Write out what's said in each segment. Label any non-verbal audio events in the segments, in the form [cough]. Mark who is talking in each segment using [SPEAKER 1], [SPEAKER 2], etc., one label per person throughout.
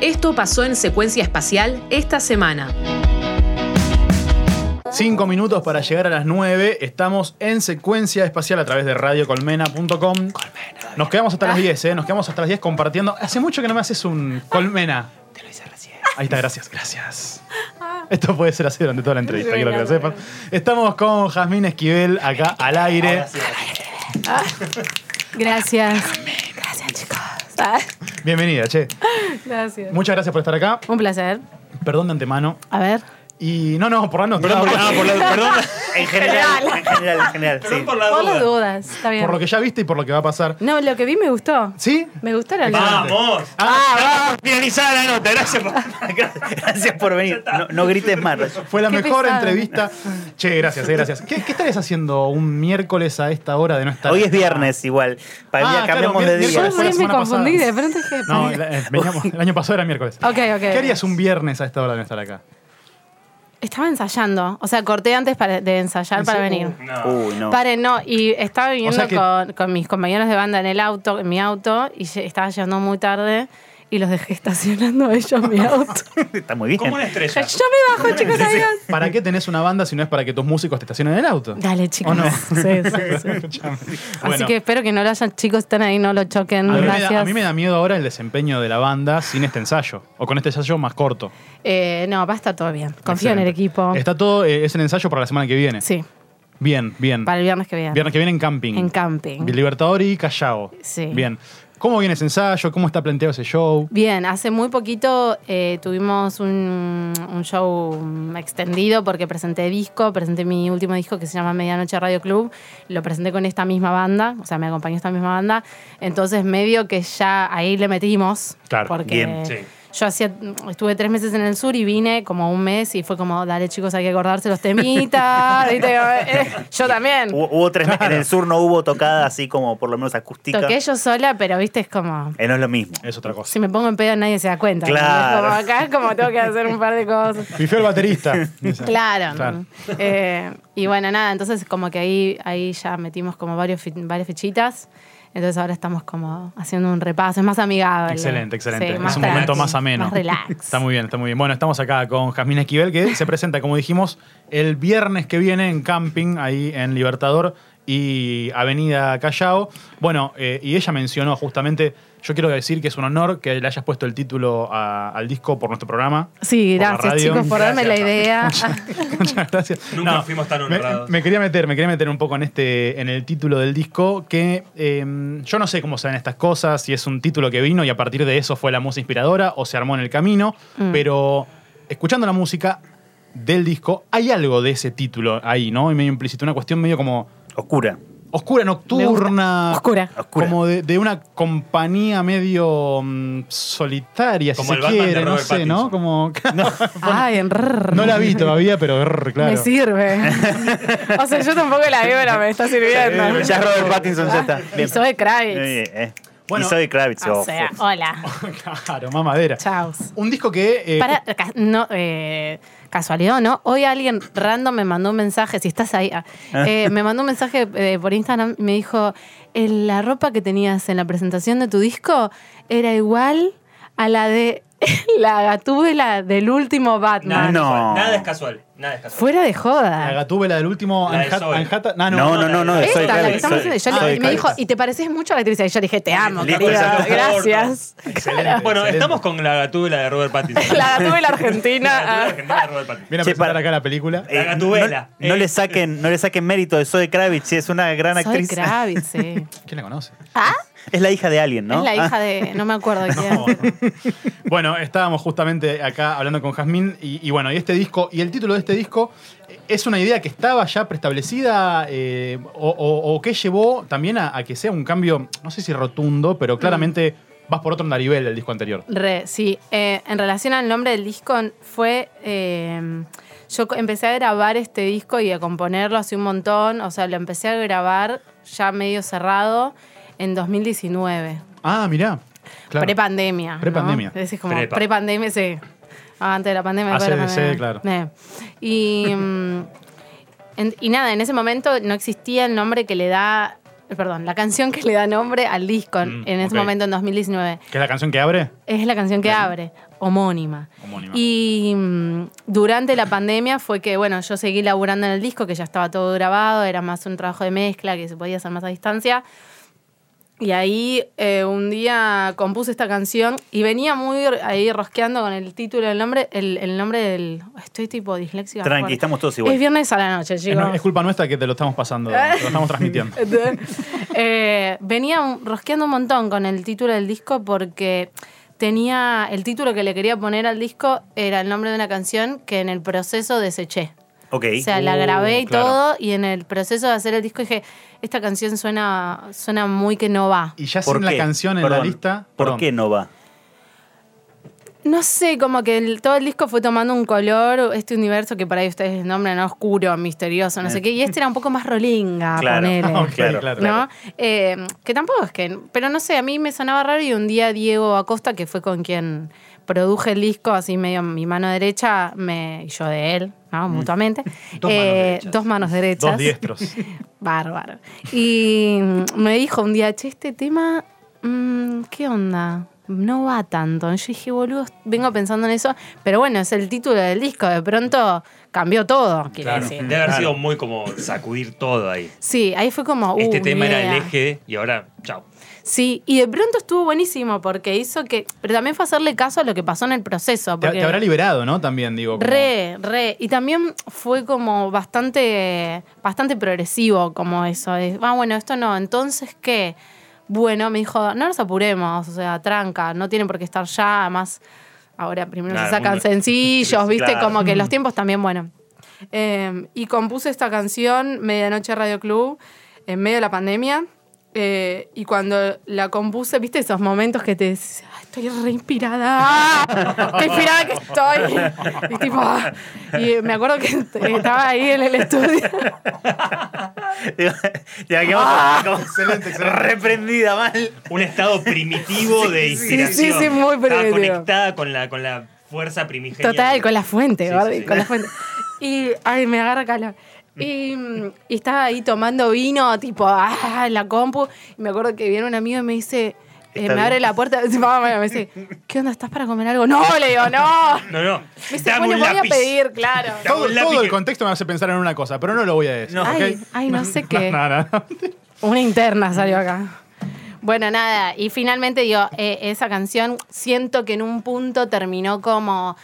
[SPEAKER 1] Esto pasó en secuencia espacial esta semana.
[SPEAKER 2] Cinco minutos para llegar a las nueve. Estamos en secuencia espacial a través de radiocolmena.com. Nos quedamos hasta las 10, ¿eh? Nos quedamos hasta las 10 compartiendo. Hace mucho que no me haces un colmena.
[SPEAKER 3] Te lo hice recién. Ah.
[SPEAKER 2] Ahí está, gracias, gracias. Esto puede ser así durante toda la entrevista, quiero que lo sepan. Estamos con Jazmín Esquivel acá al aire.
[SPEAKER 4] Gracias.
[SPEAKER 3] Gracias, chicos.
[SPEAKER 4] Ah,
[SPEAKER 2] Bienvenida, che.
[SPEAKER 4] Gracias.
[SPEAKER 2] Muchas gracias por estar acá.
[SPEAKER 4] Un placer.
[SPEAKER 2] Perdón de antemano.
[SPEAKER 4] A ver.
[SPEAKER 2] Y no, no, por la nota.
[SPEAKER 3] Perdón por,
[SPEAKER 2] Ah,
[SPEAKER 3] no, por la- perdón. En general,
[SPEAKER 4] General.
[SPEAKER 3] en general, en general. sí.
[SPEAKER 4] Por las dudas. Está bien.
[SPEAKER 2] por lo que ya viste y por lo que va a pasar.
[SPEAKER 4] No, lo que vi me gustó.
[SPEAKER 2] ¿Sí?
[SPEAKER 4] Me gustó la
[SPEAKER 2] Ah.
[SPEAKER 4] luz.
[SPEAKER 3] ¡Vamos!
[SPEAKER 2] Ah,
[SPEAKER 3] Finalizada la nota, gracias por, gracias por venir. No, no grites más. Rayo.
[SPEAKER 2] Fue la
[SPEAKER 4] Qué
[SPEAKER 2] mejor
[SPEAKER 4] pesado.
[SPEAKER 2] entrevista. Che, gracias, eh, gracias. ¿Qué, qué estarías haciendo un miércoles a esta hora de no estar?
[SPEAKER 3] Hoy es viernes igual. Para
[SPEAKER 2] Ah,
[SPEAKER 3] mí cambiamos
[SPEAKER 2] claro,
[SPEAKER 3] de día.
[SPEAKER 2] miércoles.
[SPEAKER 4] Yo
[SPEAKER 2] Fue la
[SPEAKER 4] me, me
[SPEAKER 2] semana
[SPEAKER 4] confundí,
[SPEAKER 2] pasada.
[SPEAKER 4] de pronto dije.
[SPEAKER 2] No, la- eh, veníamos- el año pasado era miércoles.
[SPEAKER 4] Ok, ok.
[SPEAKER 2] ¿Qué harías un viernes a esta hora de no estar acá?
[SPEAKER 4] Estaba ensayando. O sea, corté antes para- de ensayar
[SPEAKER 2] ¿En
[SPEAKER 4] para
[SPEAKER 2] serio?
[SPEAKER 4] venir.
[SPEAKER 3] Uy, no.
[SPEAKER 4] Paren, no, y estaba viniendo
[SPEAKER 2] sea que-
[SPEAKER 4] con, con mis compañeros de banda en el auto, en mi auto, y lle- estaba llegando muy tarde y los dejé [laughs] estacionando a ellos en mi
[SPEAKER 2] [laughs]
[SPEAKER 4] auto.
[SPEAKER 3] Está muy bien.
[SPEAKER 5] Como una estrella.
[SPEAKER 4] Yo me bajo, chicos, adiós.
[SPEAKER 2] ¿Para qué tenés una banda si no es para que tus músicos te estacionen en el
[SPEAKER 4] [laughs]
[SPEAKER 2] auto?
[SPEAKER 4] Dale,
[SPEAKER 2] ¿O
[SPEAKER 4] chicos.
[SPEAKER 2] no?
[SPEAKER 4] Sí, sí, sí.
[SPEAKER 2] Escuchame.
[SPEAKER 4] Así
[SPEAKER 2] [laughs] Bueno,
[SPEAKER 4] que espero que no lo hayan, chicos, están ahí, no lo choquen.
[SPEAKER 2] a mí, me
[SPEAKER 4] Gracias.
[SPEAKER 2] da, a mí me da miedo ahora el desempeño de la banda sin este ensayo, o con este ensayo más corto.
[SPEAKER 4] Eh, no, va a estar todo bien. Confío en el
[SPEAKER 2] Excelente.
[SPEAKER 4] equipo.
[SPEAKER 2] Está todo, eh, es el ensayo para la semana que viene.
[SPEAKER 4] Sí,
[SPEAKER 2] Bien, bien.
[SPEAKER 4] para el viernes que viene.
[SPEAKER 2] Viernes que viene en camping.
[SPEAKER 4] En camping.
[SPEAKER 2] Libertador y Callao.
[SPEAKER 4] Sí.
[SPEAKER 2] Bien. ¿Cómo viene ese ensayo? ¿Cómo está planteado ese show?
[SPEAKER 4] Bien, hace muy poquito eh, tuvimos un, un show mm, extendido porque presenté disco, presenté mi último disco que se llama Medianoche Radio Club, lo presenté con esta misma banda, o sea, me acompañó esta misma banda, entonces medio que ya ahí le metimos,
[SPEAKER 2] Claro,
[SPEAKER 4] porque
[SPEAKER 3] bien,
[SPEAKER 5] sí.
[SPEAKER 4] yo hacía, estuve tres meses en el sur y vine como un mes y fue como, dale chicos, hay que acordarse
[SPEAKER 2] [laughs]
[SPEAKER 4] los temitas, ¿viste? [laughs] yo también.
[SPEAKER 3] Hubo, hubo tres meses. En el sur no hubo tocada así como por lo menos acústica.
[SPEAKER 4] Toqué yo sola, pero viste, es como...
[SPEAKER 3] Eh, no es lo mismo.
[SPEAKER 2] Es otra cosa.
[SPEAKER 4] Si me pongo en pedo nadie se da cuenta.
[SPEAKER 3] Claro.
[SPEAKER 4] Como acá es como tengo que hacer un par de cosas.
[SPEAKER 2] Pifió el baterista. Dice.
[SPEAKER 4] [laughs] Claro.
[SPEAKER 2] Claro.
[SPEAKER 4] Eh, y bueno, nada, entonces como que ahí, ahí ya metimos como varios, fi- varias fichitas. Entonces ahora estamos como haciendo un repaso, es más amigable.
[SPEAKER 2] Excelente, excelente.
[SPEAKER 4] Sí,
[SPEAKER 2] es un
[SPEAKER 4] relax,
[SPEAKER 2] momento más ameno.
[SPEAKER 4] Más relax.
[SPEAKER 2] Está muy bien, está muy bien. Bueno, estamos acá con Jazmín Esquivel, que se presenta, como dijimos, el viernes que viene en camping, ahí en Libertador y Avenida Callao. Bueno, eh, y ella mencionó justamente, yo quiero decir que es un honor que le hayas puesto el título a- al disco por nuestro programa.
[SPEAKER 4] Sí,
[SPEAKER 2] por la
[SPEAKER 4] gracias
[SPEAKER 2] radio.
[SPEAKER 4] chicos por darme la
[SPEAKER 5] Gracias.
[SPEAKER 4] idea.
[SPEAKER 2] [laughs] Muchas gracias.
[SPEAKER 5] Nunca fuimos tan
[SPEAKER 2] me-
[SPEAKER 5] honrados.
[SPEAKER 2] Me, quería meter, me quería meter un poco en este, en el título del disco, que eh, yo no sé cómo se dan estas cosas, si es un título que vino y a partir de eso fue la música inspiradora o se armó en el camino,
[SPEAKER 4] Mm.
[SPEAKER 2] pero escuchando la música del disco, hay algo de ese título ahí, ¿no? Y medio implícito, una cuestión medio como
[SPEAKER 3] Oscura.
[SPEAKER 2] oscura, nocturna.
[SPEAKER 4] [laughs] Oscura.
[SPEAKER 3] Oscura.
[SPEAKER 2] Como de, de una compañía medio mm, solitaria,
[SPEAKER 5] Como
[SPEAKER 2] si
[SPEAKER 5] el
[SPEAKER 2] se
[SPEAKER 5] Batman de
[SPEAKER 2] quiere, no
[SPEAKER 5] Robert
[SPEAKER 2] sé, ¿no?
[SPEAKER 5] Pattinson. [laughs]
[SPEAKER 2] Como, [laughs]
[SPEAKER 4] Ay, en rrr.
[SPEAKER 2] no la vi todavía, pero grr, claro. [laughs]
[SPEAKER 4] Me sirve. o sea, yo tampoco la vi, pero me está sirviendo.
[SPEAKER 3] Ya Robert Pattinson ya está.
[SPEAKER 4] Y soy Kravitz.
[SPEAKER 2] Bueno,
[SPEAKER 3] y soy Kravitz.
[SPEAKER 4] O
[SPEAKER 3] oh,
[SPEAKER 4] sea,
[SPEAKER 3] oh.
[SPEAKER 4] hola.
[SPEAKER 5] [laughs]
[SPEAKER 2] Claro, mamadera.
[SPEAKER 4] Chao.
[SPEAKER 2] Un disco que. eh,
[SPEAKER 4] Para, ca- no, eh, casualidad o no, hoy alguien random me mandó un mensaje, si estás ahí, ah, eh, me mandó un mensaje eh, por Instagram y me dijo, "Eh, la ropa que tenías en la presentación de tu disco era igual a la de [laughs] la gatúbela del último
[SPEAKER 5] Nada,
[SPEAKER 4] Batman.
[SPEAKER 3] No.
[SPEAKER 5] nada es casual. Nada es casual.
[SPEAKER 4] Fuera de
[SPEAKER 2] La
[SPEAKER 4] joda.
[SPEAKER 2] gatúbela del último.
[SPEAKER 5] La de
[SPEAKER 2] Anjata-
[SPEAKER 5] Zoe.
[SPEAKER 2] Anjata- no, no.
[SPEAKER 3] No, no, no, no.
[SPEAKER 5] Esta,
[SPEAKER 3] soy
[SPEAKER 4] Esta, la que
[SPEAKER 3] Kravitz,
[SPEAKER 4] estamos
[SPEAKER 3] soy-
[SPEAKER 4] haciendo. Yo le-
[SPEAKER 3] soy
[SPEAKER 4] y me dijo,
[SPEAKER 3] Kravitz.
[SPEAKER 4] y te pareces mucho a la actriz. Y yo le dije, te amo,
[SPEAKER 3] Listo,
[SPEAKER 4] querida.
[SPEAKER 5] salió por favor,
[SPEAKER 4] Gracias.
[SPEAKER 2] Excelente,
[SPEAKER 5] Bueno,
[SPEAKER 2] excelente.
[SPEAKER 5] estamos con la gatúbela de Robert
[SPEAKER 4] [laughs]
[SPEAKER 5] Pattinson.
[SPEAKER 4] La gatúbela
[SPEAKER 5] La gatúbela
[SPEAKER 4] argentina. ah.
[SPEAKER 5] argentina de Robert Pattinson.
[SPEAKER 2] Viene a
[SPEAKER 3] Che,
[SPEAKER 2] presentar
[SPEAKER 3] para-
[SPEAKER 2] acá la película.
[SPEAKER 5] La
[SPEAKER 3] Eh,
[SPEAKER 5] Gatubela,
[SPEAKER 3] No, no
[SPEAKER 5] eh.
[SPEAKER 3] le saquen, no le saquen mérito de Zoe Kravitz, sí, es una gran
[SPEAKER 4] Soy
[SPEAKER 3] actriz. Ah,
[SPEAKER 4] Kravitz,
[SPEAKER 3] [laughs]
[SPEAKER 4] sí.
[SPEAKER 2] ¿Quién la conoce?
[SPEAKER 3] Es la hija de alguien, ¿no?
[SPEAKER 4] Es la
[SPEAKER 3] Ah,
[SPEAKER 4] hija de. No
[SPEAKER 2] [laughs]
[SPEAKER 4] me acuerdo quién.
[SPEAKER 2] bueno, estábamos justamente acá hablando con Jazmín. Y, y bueno, y este disco. Y el título de este disco. eh, ¿Es una idea que estaba ya preestablecida eh, o, o- o qué llevó también a, a que sea un cambio, no sé si rotundo,
[SPEAKER 4] Mm.
[SPEAKER 2] pero claramente vas por otro nivel del disco anterior?
[SPEAKER 4] Re, sí. Eh, en relación al nombre del disco, fue. eh, yo co- empecé a grabar este disco y a componerlo hace un montón. O sea, lo empecé a grabar ya medio cerrado en 2019.
[SPEAKER 2] Ah, mirá. Claro.
[SPEAKER 4] Prepandemia. ¿no?
[SPEAKER 2] Prepandemia.
[SPEAKER 4] Es decir, como
[SPEAKER 5] Prepa.
[SPEAKER 4] prepandemia, sí. Ah, Antes de la pandemia.
[SPEAKER 2] Ah,
[SPEAKER 4] después de la
[SPEAKER 2] sí,
[SPEAKER 4] pandemia.
[SPEAKER 2] sí, claro.
[SPEAKER 4] Eh. Y, mm, en- y nada, en ese momento no existía el nombre que le da, perdón, la canción que le da nombre al disco en
[SPEAKER 2] Mm,
[SPEAKER 4] ese
[SPEAKER 2] ok.
[SPEAKER 4] momento en 2019.
[SPEAKER 2] ¿Qué es la canción que abre?
[SPEAKER 4] Es la canción que abre. homónima.
[SPEAKER 2] Homónima.
[SPEAKER 4] Y mm, durante la pandemia fue que, bueno, yo seguí laburando en el disco, que ya estaba todo grabado, era más un trabajo de mezcla que se podía hacer más a distancia. Y ahí eh, un día compuse esta canción y venía muy r- ahí rosqueando con el título, el nombre, el, el nombre del... Estoy tipo disléxica.
[SPEAKER 3] Tranqui,
[SPEAKER 4] fuerte.
[SPEAKER 3] estamos todos igual.
[SPEAKER 4] Es viernes a la noche,
[SPEAKER 2] Es,
[SPEAKER 4] chicos.
[SPEAKER 2] no- es culpa nuestra que te lo estamos pasando, te lo
[SPEAKER 4] [laughs]
[SPEAKER 2] estamos transmitiendo.
[SPEAKER 4] Eh, venía un- rosqueando un montón con el título del disco porque tenía el título que le quería poner al disco era el nombre de una canción que en el proceso deseché.
[SPEAKER 3] Ah, Ok.
[SPEAKER 4] O sea, la
[SPEAKER 2] Uh,
[SPEAKER 4] grabé y
[SPEAKER 2] claro.
[SPEAKER 4] todo y en el proceso de hacer el disco dije, esta canción suena, suena muy que no va.
[SPEAKER 2] Y ya
[SPEAKER 3] ¿Por
[SPEAKER 2] sin la
[SPEAKER 3] qué?
[SPEAKER 2] canción en la
[SPEAKER 3] Perdón,
[SPEAKER 2] lista.
[SPEAKER 3] ¿Por
[SPEAKER 2] perdón.
[SPEAKER 3] qué no va?
[SPEAKER 4] No sé, como que el- todo el disco fue tomando un color, este universo que para ahí ustedes nombran oscuro, misterioso, no sé qué, y este era un poco más rolinga,
[SPEAKER 3] Claro.
[SPEAKER 4] ponele.
[SPEAKER 2] Ah, [laughs] ok,
[SPEAKER 3] Claro.
[SPEAKER 2] Eh. claro.
[SPEAKER 4] ¿no? Eh, que tampoco es que, pero no sé, a mí me sonaba raro y un día Diego Acosta, que fue con quien produje el disco, así medio mi mano derecha, me, y yo de él,
[SPEAKER 5] Mm.
[SPEAKER 4] ¿no?
[SPEAKER 5] [laughs]
[SPEAKER 4] mutuamente, Eh,
[SPEAKER 2] Dos manos derechas.
[SPEAKER 4] dos manos derechas.
[SPEAKER 2] Dos diestros.
[SPEAKER 4] [laughs] Bárbaro. Y mm, me dijo un día, che, este tema, mm, ¿qué onda? No va tanto. Y Yo dije, boludo, vengo pensando en eso. Pero bueno, es el título del disco. De pronto cambió todo, quiero
[SPEAKER 5] Claro.
[SPEAKER 4] decir.
[SPEAKER 5] Debe haber sido muy como sacudir todo ahí.
[SPEAKER 4] Sí, ahí fue como. uh,
[SPEAKER 5] Este tema
[SPEAKER 4] ni
[SPEAKER 5] era el
[SPEAKER 4] idea.
[SPEAKER 5] eje y ahora, chao.
[SPEAKER 4] Sí, y de pronto estuvo buenísimo porque hizo que. Pero también fue hacerle caso a lo que pasó en el proceso.
[SPEAKER 2] Te,
[SPEAKER 4] Porque
[SPEAKER 2] te habrá liberado, ¿no? También, digo. como-
[SPEAKER 4] Re, re. Y también fue como bastante, bastante progresivo, como eso. de, ah, bueno, esto no, entonces qué. Bueno, me dijo, no nos apuremos, o sea, tranca, no tienen por qué estar ya, además, ahora primero
[SPEAKER 5] Claro,
[SPEAKER 4] se sacan
[SPEAKER 5] mundo- [laughs]
[SPEAKER 4] sencillos, viste,
[SPEAKER 3] Claro.
[SPEAKER 4] como que los tiempos también, bueno. Eh, y compuse esta canción, Medianoche Radio Club, en medio de la pandemia. Eh, y cuando la compuse, viste esos momentos que te decís, "Ah, estoy re inspirada, [laughs] qué inspirada que estoy. Y, tipo, ah. y me acuerdo que [laughs] estaba ahí en el estudio.
[SPEAKER 3] ya que vamos
[SPEAKER 2] [laughs] Excelente, excelente.
[SPEAKER 3] ¡Ah! reprendida mal.
[SPEAKER 5] Un estado primitivo de
[SPEAKER 3] Sí, sí,
[SPEAKER 5] inspiración.
[SPEAKER 4] sí, sí, muy
[SPEAKER 5] Estaba
[SPEAKER 4] primitivo.
[SPEAKER 5] conectada con la, con la fuerza primigenia.
[SPEAKER 4] Total, con la fuente,
[SPEAKER 5] Sí,
[SPEAKER 4] Barbie,
[SPEAKER 5] sí, sí.
[SPEAKER 4] con la fuente. Y, ay, me agarra calor. Y, mm, y estaba ahí tomando vino, tipo, ah, en la compu. Y me acuerdo que viene un amigo y me dice, eh,
[SPEAKER 3] Está
[SPEAKER 4] me
[SPEAKER 3] bien.
[SPEAKER 4] abre la puerta, [laughs] me dice, ¿qué onda? ¿Estás para comer algo? No, le digo, no.
[SPEAKER 5] No, no.
[SPEAKER 4] Me dice,
[SPEAKER 5] Dame
[SPEAKER 4] bueno,
[SPEAKER 5] un
[SPEAKER 4] voy a
[SPEAKER 5] lápiz.
[SPEAKER 4] pedir,
[SPEAKER 5] [laughs]
[SPEAKER 4] claro.
[SPEAKER 5] Dame
[SPEAKER 2] Todo,
[SPEAKER 5] un lápiz
[SPEAKER 2] todo el
[SPEAKER 5] que-
[SPEAKER 2] contexto me hace pensar en una cosa, pero no lo voy a decir. ¿ok?
[SPEAKER 4] Ay, ay,
[SPEAKER 2] [laughs]
[SPEAKER 4] no
[SPEAKER 5] [laughs]
[SPEAKER 4] sé qué.
[SPEAKER 2] No, no, no.
[SPEAKER 4] Una interna salió acá. Bueno, nada, y finalmente digo, eh, esa canción siento que en un punto terminó como,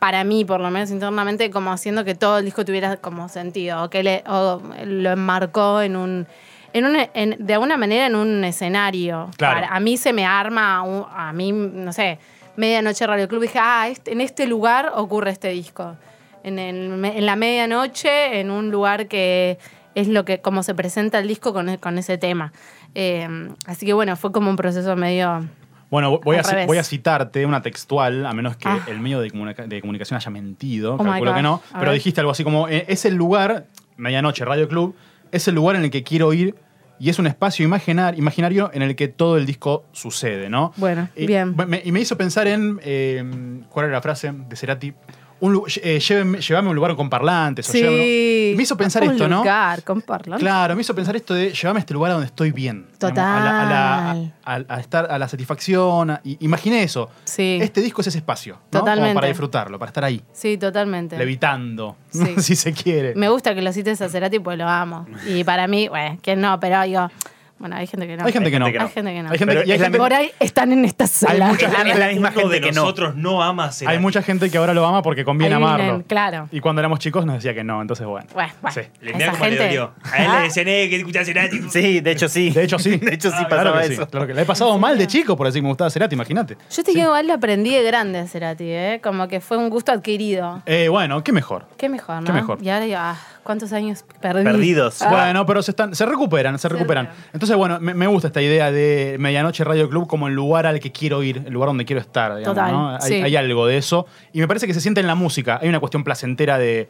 [SPEAKER 4] para mí por lo menos internamente, como haciendo que todo el disco tuviera como sentido, o que le, o lo enmarcó en un, en un en- de alguna manera en un escenario.
[SPEAKER 2] Claro.
[SPEAKER 4] Para- a mí se me arma, un- a mí, no sé, medianoche Radio Club, dije, ah, este- en este lugar ocurre este disco. En, el- en la medianoche, en un lugar que es lo que, como se presenta el disco con, con ese tema. Eh, así que bueno, fue como un proceso medio...
[SPEAKER 2] Bueno, voy a,
[SPEAKER 4] Al revés.
[SPEAKER 2] voy a citarte una textual, a menos que
[SPEAKER 4] Ah.
[SPEAKER 2] el medio de, comunica- de comunicación haya mentido,
[SPEAKER 4] Oh my
[SPEAKER 2] calculo que
[SPEAKER 4] God.
[SPEAKER 2] no,
[SPEAKER 4] A
[SPEAKER 2] pero
[SPEAKER 4] ver.
[SPEAKER 2] dijiste algo así como, eh, es el lugar, medianoche, Radio Club, es el lugar en el que quiero ir y es un espacio imaginar, imaginario en el que todo el disco sucede, ¿no?
[SPEAKER 4] Bueno,
[SPEAKER 2] Y-
[SPEAKER 4] bien.
[SPEAKER 2] me- y me hizo pensar en, eh, ¿cuál era la frase de Cerati? Un, lu- eh, llévenme- llévame a un lugar con parlantes. o llévame- me hizo pensar
[SPEAKER 4] Un
[SPEAKER 2] esto, ¿no?
[SPEAKER 4] lugar, con parlante.
[SPEAKER 2] Claro, me hizo pensar esto de llevarme a este lugar a donde estoy bien.
[SPEAKER 4] Total.
[SPEAKER 2] Digamos, A la, a la- a- a estar, a la satisfacción. a- y- imaginé eso.
[SPEAKER 4] Sí.
[SPEAKER 2] Este disco es ese espacio. ¿no?
[SPEAKER 4] Totalmente.
[SPEAKER 2] Como para disfrutarlo, para estar ahí,
[SPEAKER 4] Sí, totalmente.
[SPEAKER 2] levitando,
[SPEAKER 4] Sí.
[SPEAKER 2] [laughs] si se quiere.
[SPEAKER 4] Me gusta que lo cites a Cerati pues lo amo. Y para mí, bueno, que no, pero digo, bueno, hay gente que no.
[SPEAKER 2] Hay gente que no.
[SPEAKER 4] Hay gente que no.
[SPEAKER 2] Hay gente
[SPEAKER 3] Pero
[SPEAKER 2] que- y hay
[SPEAKER 3] es la
[SPEAKER 2] gente-
[SPEAKER 4] Por ahí están en esta sala.
[SPEAKER 2] mucha
[SPEAKER 5] Es la,
[SPEAKER 3] Es la misma
[SPEAKER 5] uno
[SPEAKER 3] gente
[SPEAKER 5] de
[SPEAKER 3] que no.
[SPEAKER 5] nosotros no, ama a
[SPEAKER 2] hay
[SPEAKER 5] Cerati.
[SPEAKER 2] mucha gente que ahora lo ama porque conviene
[SPEAKER 4] Adivinen,
[SPEAKER 2] amarlo.
[SPEAKER 4] claro.
[SPEAKER 2] Y cuando éramos chicos nos decía que no, entonces bueno.
[SPEAKER 4] Bueno, bueno.
[SPEAKER 2] Sí.
[SPEAKER 5] Le mirá
[SPEAKER 4] Esa
[SPEAKER 5] cómo le
[SPEAKER 4] gente-
[SPEAKER 5] dolió. A él
[SPEAKER 4] [laughs] Ah.
[SPEAKER 5] le decían, eh, que escuchás Cerati.
[SPEAKER 3] Sí, de hecho sí.
[SPEAKER 2] De hecho, sí.
[SPEAKER 3] [laughs] De hecho sí
[SPEAKER 5] Ah,
[SPEAKER 3] pasaba
[SPEAKER 2] Claro que sí,
[SPEAKER 3] eso.
[SPEAKER 2] claro que- la he pasado mal de chico por decir que me gustaba Cerati, imagínate.
[SPEAKER 4] Yo te digo, igual lo aprendí de grande a Cerati, ¿eh? Como que fue un gusto adquirido.
[SPEAKER 2] Eh, bueno, qué mejor.
[SPEAKER 4] Qué mejor, ¿no?
[SPEAKER 2] Qué mejor.
[SPEAKER 4] Y ahora digo, ah, ¿cuántos años Ah. perdí?
[SPEAKER 3] Perdidos.
[SPEAKER 2] Bueno, pero se, están, se recuperan, se recuperan.
[SPEAKER 4] recuperan.
[SPEAKER 2] Entonces, bueno, me, me gusta esta idea de Medianoche Radio Club como el lugar al que quiero ir, el lugar donde quiero estar. digamos,
[SPEAKER 4] Total,
[SPEAKER 2] ¿no? Hay,
[SPEAKER 4] sí.
[SPEAKER 2] hay algo de eso. Y me parece que se siente en la música. Hay una cuestión placentera de.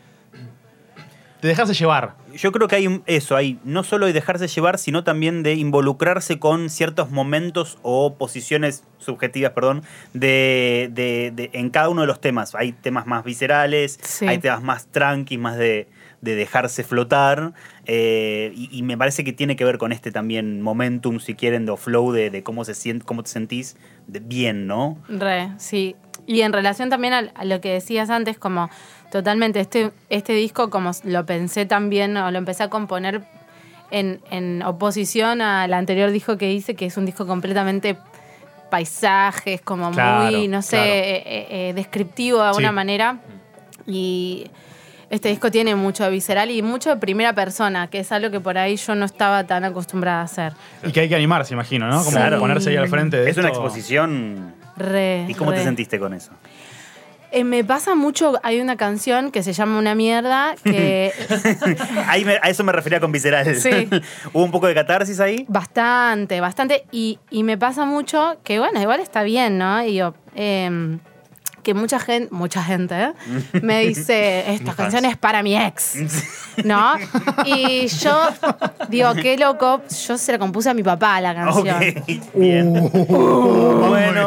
[SPEAKER 2] de dejarse llevar.
[SPEAKER 3] Yo creo que hay un- eso, hay no solo de dejarse llevar, sino también de involucrarse con ciertos momentos o posiciones subjetivas, perdón, de, de- de- en cada uno de los temas. Hay temas más viscerales,
[SPEAKER 4] Sí.
[SPEAKER 3] hay temas más tranquis, más de, de dejarse flotar. eh, y, y me parece que tiene que ver con este también momentum, si quieren, de flow, de, de cómo, se sient- cómo te sentís de bien, ¿no?
[SPEAKER 4] Re, sí. Y en relación también al- a lo que decías antes, como totalmente, este, este disco como s- lo pensé también o lo empecé a componer en, en oposición al anterior disco que hice, que es un disco completamente paisajes, como
[SPEAKER 2] Claro,
[SPEAKER 4] muy, no sé,
[SPEAKER 2] claro.
[SPEAKER 4] eh, eh, eh, descriptivo de alguna
[SPEAKER 2] Sí.
[SPEAKER 4] manera. Y este disco tiene mucho de visceral y mucho de primera persona, que es algo que por ahí yo no estaba tan acostumbrada a hacer.
[SPEAKER 2] Y que hay que animarse, imagino, ¿no? Como
[SPEAKER 3] Claro.
[SPEAKER 2] ponerse ahí al frente de
[SPEAKER 3] Es una
[SPEAKER 2] esto.
[SPEAKER 3] exposición.
[SPEAKER 4] Re,
[SPEAKER 3] ¿Y cómo te
[SPEAKER 4] re.
[SPEAKER 3] sentiste con eso?
[SPEAKER 4] Eh, me pasa mucho, hay una canción que se llama Una mierda, que
[SPEAKER 3] Ahí me- a eso me refería con visceral.
[SPEAKER 4] Sí.
[SPEAKER 3] [laughs] ¿Hubo un poco de catarsis ahí?
[SPEAKER 4] bastante, bastante, y, y me pasa mucho que, bueno, igual está bien, ¿no? Y yo, em, que mucha gente, mucha gente, ¿eh? me dice, esta
[SPEAKER 5] Mis
[SPEAKER 4] canción
[SPEAKER 5] fans.
[SPEAKER 4] es para mi ex, ¿no? Y yo digo, qué loco, yo se la compuse a mi papá la canción.
[SPEAKER 3] Ok, bien. bueno,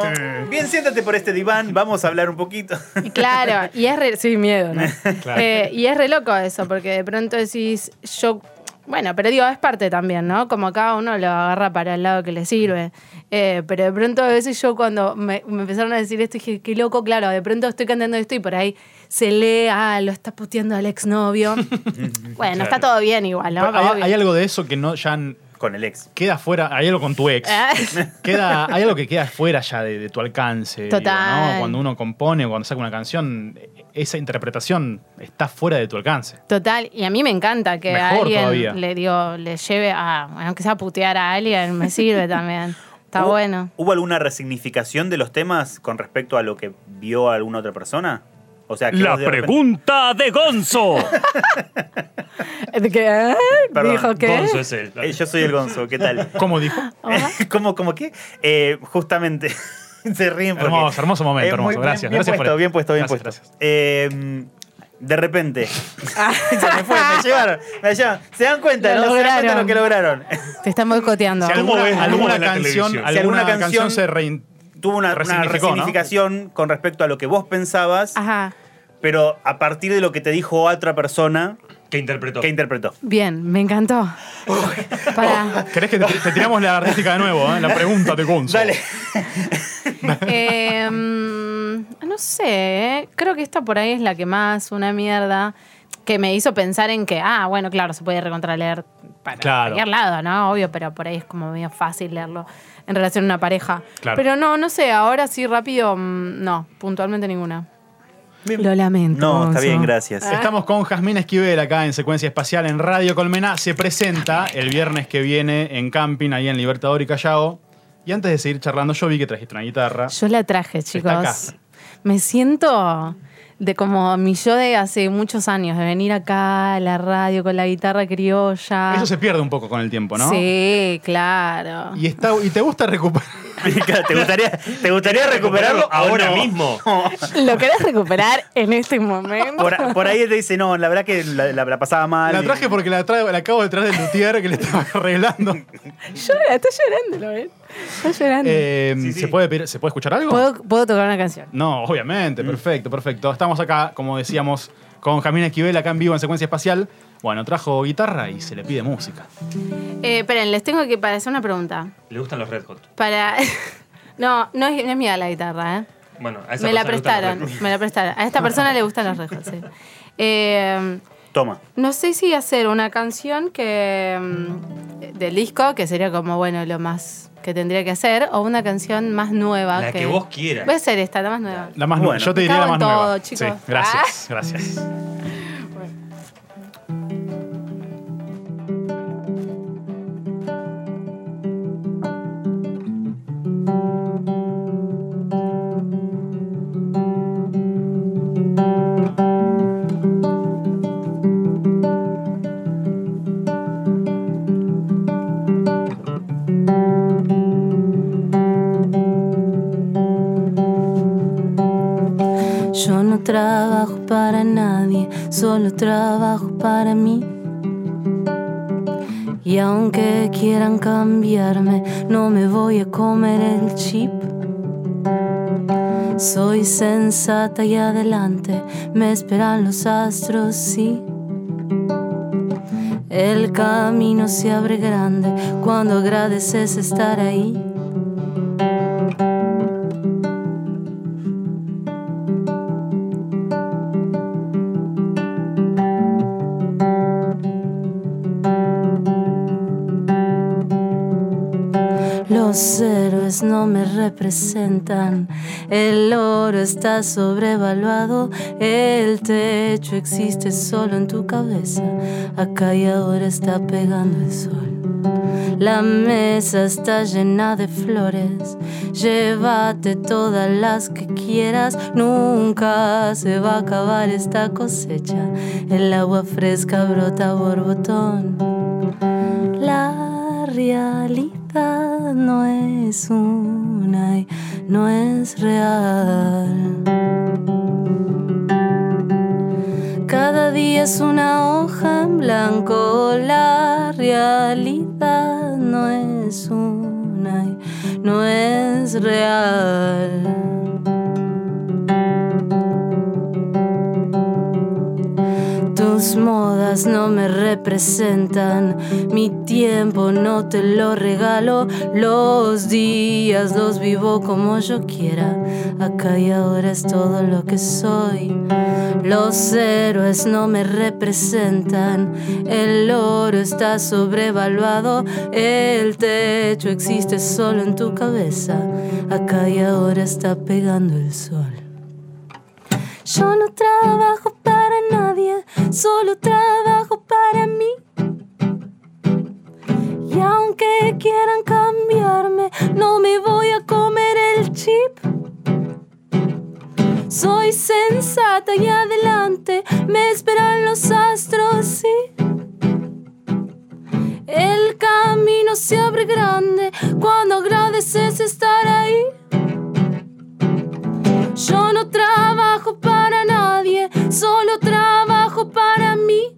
[SPEAKER 3] bien, siéntate por este diván, vamos a hablar un poquito. [laughs]
[SPEAKER 4] Y claro, y es re, sí, miedo, ¿no?
[SPEAKER 2] Claro.
[SPEAKER 4] Eh, y es re loco eso, porque de pronto decís, yo, bueno, pero digo, es parte también, ¿no? Como cada uno lo agarra para el lado que le sirve. Eh, pero de pronto a veces yo cuando me, me empezaron a decir esto, dije, qué loco, claro, de pronto estoy cantando esto y por ahí se lee, ah, lo está puteando al exnovio.
[SPEAKER 2] [laughs]
[SPEAKER 4] bueno, está todo bien igual, ¿no?
[SPEAKER 2] Pero hay,
[SPEAKER 4] Obvio.
[SPEAKER 2] hay algo de eso que no ya n-
[SPEAKER 3] Con el ex.
[SPEAKER 2] queda fuera. Hay algo con tu ex.
[SPEAKER 4] Ah.
[SPEAKER 2] [laughs] queda, hay algo que queda fuera ya de, de tu alcance. digo,
[SPEAKER 4] Total.
[SPEAKER 2] ¿no? Cuando uno compone, cuando saca una canción, e, esa interpretación está fuera de tu alcance.
[SPEAKER 4] Total, y a mí me encanta que a
[SPEAKER 2] Mejor
[SPEAKER 4] alguien
[SPEAKER 2] todavía.
[SPEAKER 4] le digo, le lleve a, aunque sea putear a alguien, me sirve también.
[SPEAKER 2] [laughs]
[SPEAKER 4] Está
[SPEAKER 3] ¿Hubo-
[SPEAKER 4] bueno.
[SPEAKER 3] ¿Hubo alguna resignificación de los temas con respecto a lo que vio alguna otra persona? O sea, que vos de repente- [laughs]
[SPEAKER 5] de Gonzo.
[SPEAKER 4] [laughs] ¿De ¿Qué? ¿Ah?
[SPEAKER 3] Perdón,
[SPEAKER 4] ¿Dijo qué?
[SPEAKER 5] Gonzo es él.
[SPEAKER 3] Eh, yo soy el Gonzo, ¿qué
[SPEAKER 4] [laughs]
[SPEAKER 3] tal? Eh,
[SPEAKER 2] ¿Cómo dijo?
[SPEAKER 4] Ajá.
[SPEAKER 3] ¿Cómo, cómo qué? Eh, justamente, [laughs] se ríen porque...
[SPEAKER 2] Hermoso, hermoso momento,
[SPEAKER 3] Eh, muy
[SPEAKER 2] hermoso.
[SPEAKER 3] bien-
[SPEAKER 2] Gracias,
[SPEAKER 3] bien
[SPEAKER 2] gracias
[SPEAKER 3] puesto,
[SPEAKER 2] por
[SPEAKER 3] bien puesto, bien
[SPEAKER 2] Gracias,
[SPEAKER 3] puesto.
[SPEAKER 2] gracias.
[SPEAKER 3] Eh, de
[SPEAKER 4] [laughs]
[SPEAKER 3] repente. [laughs] se me fue, me llevaron. me llevaron. ¿Se dan cuenta?
[SPEAKER 4] Lo
[SPEAKER 3] ¿no? ¿Se dan cuenta
[SPEAKER 4] lograron.
[SPEAKER 3] lo que lograron? [laughs]
[SPEAKER 4] Te están boicoteeando.
[SPEAKER 2] Si alguna,
[SPEAKER 5] ves-
[SPEAKER 2] alguna
[SPEAKER 5] cómo ves la
[SPEAKER 2] canción,
[SPEAKER 5] televisión?
[SPEAKER 2] alguna,
[SPEAKER 3] Si alguna
[SPEAKER 2] canción,
[SPEAKER 3] canción
[SPEAKER 2] se rein-
[SPEAKER 3] Tuvo una, una
[SPEAKER 2] Resignificó, ¿no?
[SPEAKER 3] resignificación con respecto a lo que vos pensabas,
[SPEAKER 4] Ajá.
[SPEAKER 3] pero a partir de lo que te dijo otra persona
[SPEAKER 5] Que interpretó.
[SPEAKER 3] que interpretó.
[SPEAKER 4] Bien, me encantó.
[SPEAKER 2] [laughs]
[SPEAKER 4] Para.
[SPEAKER 2] ¿Querés que te, te tiramos la artística de nuevo?
[SPEAKER 3] [laughs]
[SPEAKER 2] eh? La pregunta de Gonzo.
[SPEAKER 3] Dale.
[SPEAKER 4] Eh, mm, no sé, creo que esta por ahí es la que más, una mierda, que me hizo pensar en que, ah, bueno, claro, se puede recontraleer para
[SPEAKER 2] Claro.
[SPEAKER 4] cualquier lado, ¿no? Obvio, pero por ahí es como medio fácil leerlo en relación a una pareja.
[SPEAKER 2] Claro.
[SPEAKER 4] Pero no, no sé, ahora sí rápido, mm, no, puntualmente ninguna. Lo lamento.
[SPEAKER 3] No, está
[SPEAKER 4] Gonzo.
[SPEAKER 3] bien, gracias. [laughs]
[SPEAKER 4] Ah.
[SPEAKER 2] Estamos con Jazmín Esquivel acá en Secuencia Espacial en Radio Colmena. Se presenta el viernes que viene en camping, ahí en Libertador y Callao. Y antes de seguir charlando, yo vi que trajiste una guitarra.
[SPEAKER 4] Yo la traje,
[SPEAKER 2] Está acá.
[SPEAKER 4] chicos. Me siento de como mi yo de hace muchos años, de venir acá a la radio con la guitarra criolla.
[SPEAKER 2] Eso se pierde un poco con el tiempo, ¿no?
[SPEAKER 4] Ah. Sí, claro.
[SPEAKER 2] Y, está, y te gusta recuperar.
[SPEAKER 3] ¿Te gustaría, te gustaría recuperarlo
[SPEAKER 5] ahora
[SPEAKER 3] o no?
[SPEAKER 5] mismo?
[SPEAKER 4] [laughs] ¿Lo querés recuperar en este momento?
[SPEAKER 3] Por, por ahí te dice, no, la verdad que la, la- la pasaba mal.
[SPEAKER 2] La traje porque la, tra- la acabo de traer del luthier que le estaba [laughs] arreglando.
[SPEAKER 4] Llora, está llorando, ¿lo ves? Está llorando.
[SPEAKER 2] Eh,
[SPEAKER 5] Sí, sí.
[SPEAKER 2] ¿se, puede, pedir- ¿Se puede escuchar algo?
[SPEAKER 4] ¿Puedo, puedo tocar una canción.
[SPEAKER 2] No, obviamente, perfecto, perfecto. Estamos acá, como decíamos, con Jamín Esquivel acá en vivo en Secuencia Espacial. Bueno, trajo guitarra y se le pide música.
[SPEAKER 4] Eh, esperen, les tengo que para hacer una pregunta.
[SPEAKER 5] Le gustan los Red Hot.
[SPEAKER 4] Para. [laughs] No, no es, no es mía la guitarra, ¿eh?
[SPEAKER 5] Bueno, a esa
[SPEAKER 4] Me la
[SPEAKER 5] persona le
[SPEAKER 4] prestaron,
[SPEAKER 5] gustan los Red Hot.
[SPEAKER 4] me la prestaron. A esta persona le gustan los rejos, sí. Eh,
[SPEAKER 3] Toma. [laughs]
[SPEAKER 4] No sé si hacer una canción que mm, del disco, que sería como, bueno, lo más que tendría que hacer, o una canción más nueva.
[SPEAKER 5] La que vos quieras.
[SPEAKER 4] Voy a hacer esta, la más nueva.
[SPEAKER 2] La más nueva.
[SPEAKER 3] Bueno.
[SPEAKER 2] Yo te diría la
[SPEAKER 4] Cago
[SPEAKER 2] más
[SPEAKER 4] en todo,
[SPEAKER 2] nueva.
[SPEAKER 4] chicos. Ah.
[SPEAKER 2] Sí, gracias, gracias.
[SPEAKER 4] Yo no trabajo para nadie, solo trabajo para mí. Y aunque quieran cambiarme, no me voy a comer el chip. Soy sensata y adelante, me esperan los astros, sí. El camino se abre grande cuando agradeces estar ahí.
[SPEAKER 6] Los héroes no me representan. El oro está sobrevaluado. El techo existe solo en tu cabeza. Acá y ahora está pegando el sol. La mesa está llena de flores. Llévate todas las que quieras. Nunca se va a acabar esta cosecha. El agua fresca brota a borbotón. La realidad no es una y no es real. Cada día es una hoja en blanco, la realidad no es una y no es real. Tus modas no me representan, mi tiempo no te lo regalo, los días los vivo como yo quiera, acá y ahora es todo lo que soy. Los héroes no me representan, el oro está sobrevaluado, el techo existe solo en tu cabeza, acá y ahora está pegando el sol. Yo no trabajo para nadie, solo trabajo para mí. Y aunque quieran cambiarme, no me voy a comer el chip. Soy sensata y adelante, me esperan los astros, sí. El camino se abre grande cuando agradeces estar ahí. Yo no trabajo para nadie, solo trabajo para mí.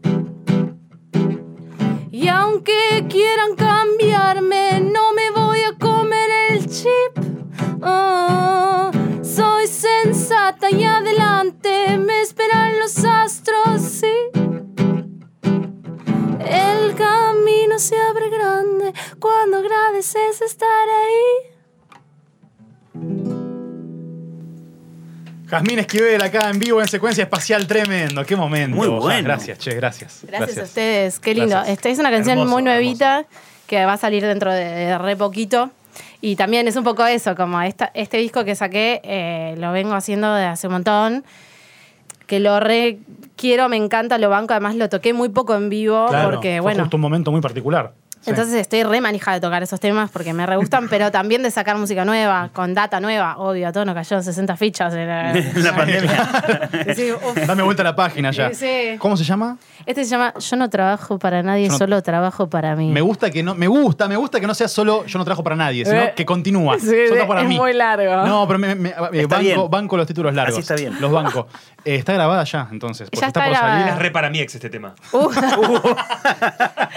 [SPEAKER 6] Y aunque quieran cambiarme, no me voy a comer el chip. Oh, soy sensata y adelante, me esperan los astros, sí. El camino se abre grande cuando agradeces estar ahí.
[SPEAKER 2] Jazmín Esquivel acá en vivo en secuencia espacial tremendo. Qué momento.
[SPEAKER 3] Muy
[SPEAKER 2] Jan.
[SPEAKER 3] bueno.
[SPEAKER 2] Gracias, che, gracias.
[SPEAKER 4] Gracias, a ustedes, qué lindo.
[SPEAKER 2] Gracias.
[SPEAKER 4] Esta es una canción
[SPEAKER 2] Hermoso,
[SPEAKER 4] muy nuevita que va a salir dentro de re poquito. Y también es un poco eso, como esta, este disco que saqué eh, lo vengo haciendo de hace un montón, que lo re quiero, me encanta, lo banco, además lo toqué muy poco en vivo
[SPEAKER 2] Claro,
[SPEAKER 4] porque,
[SPEAKER 2] fue
[SPEAKER 4] bueno,
[SPEAKER 2] Justo un momento muy particular. Sí.
[SPEAKER 4] entonces estoy re manija de tocar esos temas porque me re gustan, pero también de sacar música nueva, con data nueva, obvio, a todos nos cayeron 60 fichas
[SPEAKER 2] [laughs]
[SPEAKER 4] en la,
[SPEAKER 3] La pandemia.
[SPEAKER 4] Sí, uf.
[SPEAKER 2] Dame vuelta a la página ya.
[SPEAKER 4] Sí, sí.
[SPEAKER 2] ¿Cómo se llama?
[SPEAKER 4] Este se llama Yo no trabajo para nadie,
[SPEAKER 2] Yo no-
[SPEAKER 4] solo trabajo para mí.
[SPEAKER 2] Me gusta que no, me gusta, me gusta que no sea solo yo no trabajo para nadie, sino
[SPEAKER 4] Eh,
[SPEAKER 2] que continúa.
[SPEAKER 4] sí,
[SPEAKER 2] Yo trabajo
[SPEAKER 4] sí,
[SPEAKER 2] para
[SPEAKER 4] es
[SPEAKER 2] mí.
[SPEAKER 4] muy largo.
[SPEAKER 2] No, pero me, me- eh,
[SPEAKER 3] Está
[SPEAKER 2] banco,
[SPEAKER 3] bien.
[SPEAKER 2] banco los títulos largos.
[SPEAKER 3] Así está bien.
[SPEAKER 2] Los banco. Eh, está grabada ya, entonces. porque
[SPEAKER 4] Ya está
[SPEAKER 2] por
[SPEAKER 4] grabada.
[SPEAKER 5] Es
[SPEAKER 2] salir.
[SPEAKER 5] re para mi ex
[SPEAKER 4] [laughs]
[SPEAKER 5] este tema.
[SPEAKER 4] [laughs]
[SPEAKER 2] [laughs]
[SPEAKER 4] Uh.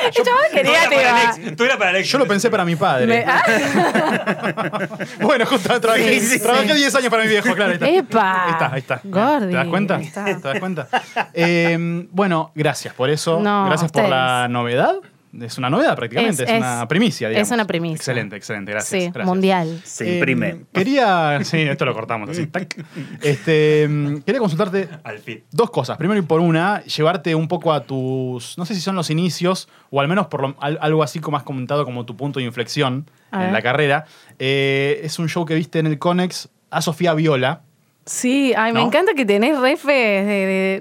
[SPEAKER 4] El chabón quería
[SPEAKER 5] Tú era para
[SPEAKER 4] tirar.
[SPEAKER 5] el ex. Tú era para el ex.
[SPEAKER 2] Yo lo pensé para mi padre.
[SPEAKER 4] Me- ah,
[SPEAKER 2] [laughs] Bueno, justo trabajé,
[SPEAKER 4] Sí, sí,
[SPEAKER 2] trabajé 10 años para mi viejo, claro. ahí está.
[SPEAKER 4] ¡Epa!
[SPEAKER 2] Ahí está, ahí está.
[SPEAKER 4] Gordi,
[SPEAKER 2] ¿Te das cuenta?
[SPEAKER 4] ahí está.
[SPEAKER 2] ¿Te das cuenta? Eh, bueno, gracias por eso.
[SPEAKER 4] No,
[SPEAKER 2] gracias
[SPEAKER 4] a
[SPEAKER 2] por
[SPEAKER 4] ustedes.
[SPEAKER 2] la novedad. Es una novedad prácticamente, es,
[SPEAKER 4] Es-
[SPEAKER 2] una
[SPEAKER 4] es-
[SPEAKER 2] primicia. digamos.
[SPEAKER 4] es una primicia.
[SPEAKER 2] Excelente, excelente, gracias.
[SPEAKER 4] sí,
[SPEAKER 2] gracias.
[SPEAKER 4] mundial.
[SPEAKER 3] Se imprime.
[SPEAKER 2] [laughs] Eh, quería. Sí, esto lo cortamos así. tac.
[SPEAKER 3] [laughs]
[SPEAKER 2] Este, mm, quería consultarte
[SPEAKER 5] Al fin.
[SPEAKER 2] dos cosas. Primero y por una, llevarte un poco a tus. No sé si son los inicios, o al menos por lo- al- algo así como has comentado como tu punto de inflexión
[SPEAKER 4] A
[SPEAKER 2] en
[SPEAKER 4] ver.
[SPEAKER 2] la carrera. Eh, es un show que viste en el Conex a Sofía Viola.
[SPEAKER 4] Sí, ay, me
[SPEAKER 2] ¿No?
[SPEAKER 4] encanta que tenés refes de,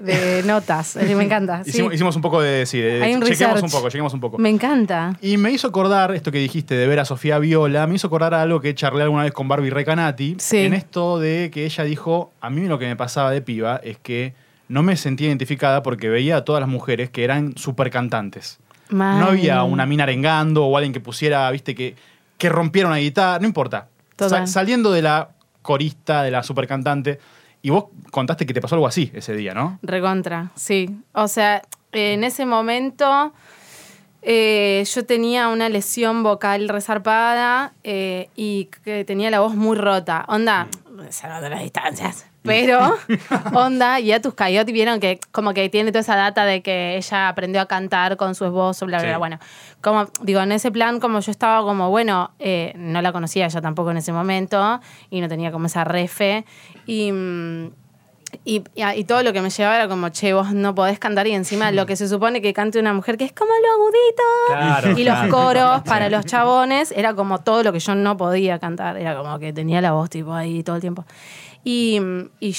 [SPEAKER 2] [laughs]
[SPEAKER 4] de- de notas. eh, Me encanta. sí.
[SPEAKER 2] Hicimos, hicimos un poco de. Sí, de-
[SPEAKER 4] Hay un
[SPEAKER 2] chequeamos
[SPEAKER 4] research.
[SPEAKER 2] un poco, chequeamos un poco.
[SPEAKER 4] Me encanta.
[SPEAKER 2] Y me hizo acordar, esto que dijiste de ver a Sofía Viola, me hizo acordar a algo que charlé alguna vez con Barbie Recanati,
[SPEAKER 4] Sí.
[SPEAKER 2] en esto de que ella dijo, a mí lo que me pasaba de piba es que no me sentía identificada porque veía a todas las mujeres que eran super cantantes.
[SPEAKER 4] Mal.
[SPEAKER 2] No había una mina arengando o alguien que pusiera, viste, que, que rompiera una guitarra, no importa.
[SPEAKER 4] Total.
[SPEAKER 2] saliendo de la corista, de la super cantante, y vos contaste que te pasó algo así ese día, ¿no?
[SPEAKER 4] Recontra, sí. O sea, en ese momento eh, yo tenía una lesión vocal resarpada eh, y que tenía la voz muy rota. Onda, salvando Mm. las distancias. [laughs] Pero, onda, y a tus coyotes vieron que como que tiene toda esa data de que ella aprendió a cantar con su esbozo, bla, bla,
[SPEAKER 5] Sí.
[SPEAKER 4] bla. Bueno, como digo, en ese plan, como yo estaba como, bueno, eh, no la conocía ella tampoco en ese momento y no tenía como esa refe. Y, mm, Y, y- y todo lo que me llevaba era como, che, vos no podés cantar y encima lo que se supone que cante una mujer, que es como lo agudito.
[SPEAKER 2] Claro,
[SPEAKER 4] y los
[SPEAKER 2] claro.
[SPEAKER 4] coros para los chabones, era como todo lo que yo no podía cantar, era como que tenía la voz tipo ahí todo el tiempo. Y, y,